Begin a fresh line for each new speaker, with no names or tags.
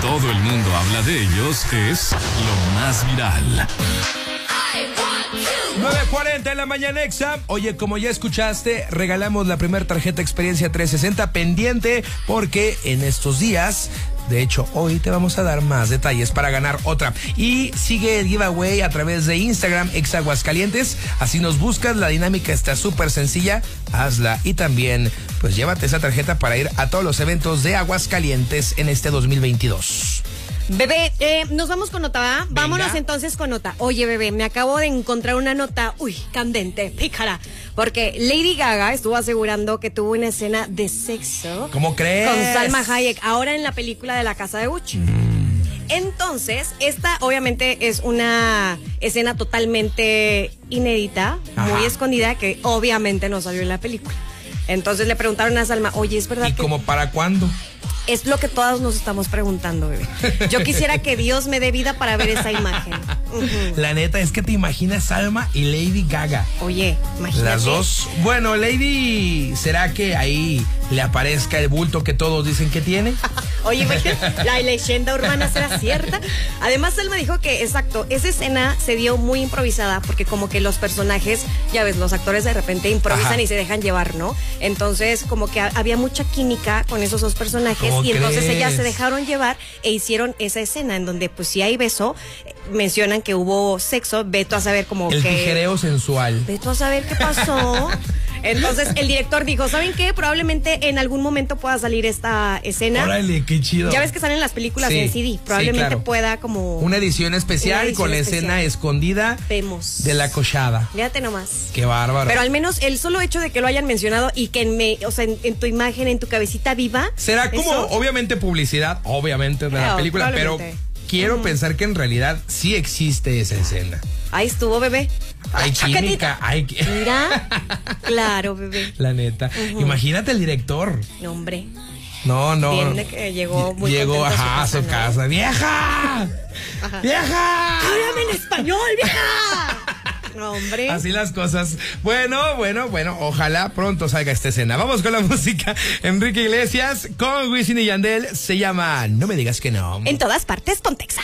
todo el mundo habla de ellos es lo más viral.
9.40 en la mañana exa. Oye, como ya escuchaste, regalamos la primera tarjeta experiencia 360 pendiente porque en estos días de hecho, hoy te vamos a dar más detalles para ganar otra. Y sigue el giveaway a través de Instagram Exaguascalientes. Así nos buscas, la dinámica está súper sencilla. Hazla y también, pues llévate esa tarjeta para ir a todos los eventos de Aguascalientes en este 2022.
Bebé, eh, nos vamos con nota, ¿va? Vámonos entonces con nota. Oye, bebé, me acabo de encontrar una nota, uy, candente, pícara. Porque Lady Gaga estuvo asegurando que tuvo una escena de sexo.
¿Cómo crees? Mm.
Con Salma Hayek, ahora en la película de la casa de Gucci. Entonces, esta obviamente es una escena totalmente inédita, muy
Ajá.
escondida, que obviamente no salió en la película. Entonces le preguntaron a Salma, oye, ¿es verdad
¿Y
que
como para cuándo?
es lo que todos nos estamos preguntando, bebé. Yo quisiera que Dios me dé vida para ver esa imagen. Ujú.
La neta es que te imaginas Salma y Lady Gaga.
Oye, imagínate.
Las dos. Bueno, Lady, ¿será que ahí le aparezca el bulto que todos dicen que tiene?
Oye, imagínate, la leyenda urbana será cierta. Además, Selma dijo que, exacto, esa escena se dio muy improvisada porque como que los personajes, ya ves, los actores de repente improvisan
Ajá.
y se dejan llevar, ¿no? Entonces, como que ha- había mucha química con esos dos personajes
¿Cómo
y entonces
crees?
ellas se dejaron llevar e hicieron esa escena en donde, pues, si hay beso, eh, mencionan que hubo sexo, veto a saber como
El
que...
tijereo sensual.
Ve tú a saber qué pasó. Entonces el director dijo, ¿saben qué? Probablemente en algún momento pueda salir esta escena.
Órale, qué chido.
Ya ves que salen las películas
Sí,
en
sí,
CD. Probablemente
claro.
pueda como...
Una edición especial
Una edición
con la
especial.
escena escondida
Vemos.
de la cochada.
Fíjate nomás.
Qué bárbaro.
Pero al menos el solo hecho de que lo hayan mencionado y que en, me- o sea, en, en tu imagen, en tu cabecita viva.
Será como,
eso-
obviamente, publicidad, obviamente, de la
Claro,
película, pero
probablemente.
quiero pensar que en realidad sí existe esa escena.
Ahí estuvo, bebé. Ah,
Hay
Chaquetita.
química, hay... qui-
Mira. claro, bebé.
la neta. Imagínate el director.
No, hombre.
No, no.
Bien de que eh, llegó muy
Llegó,
contento
ajá, a su casa. ¡Vieja! ¡Vieja!
¡Háblame en español, vieja! No, hombre.
Así las cosas. Bueno, bueno, bueno. Ojalá pronto salga esta escena. Vamos con la música. Enrique Iglesias con Wisin y Yandel se llama No me digas que no.
En todas partes, Pontexa.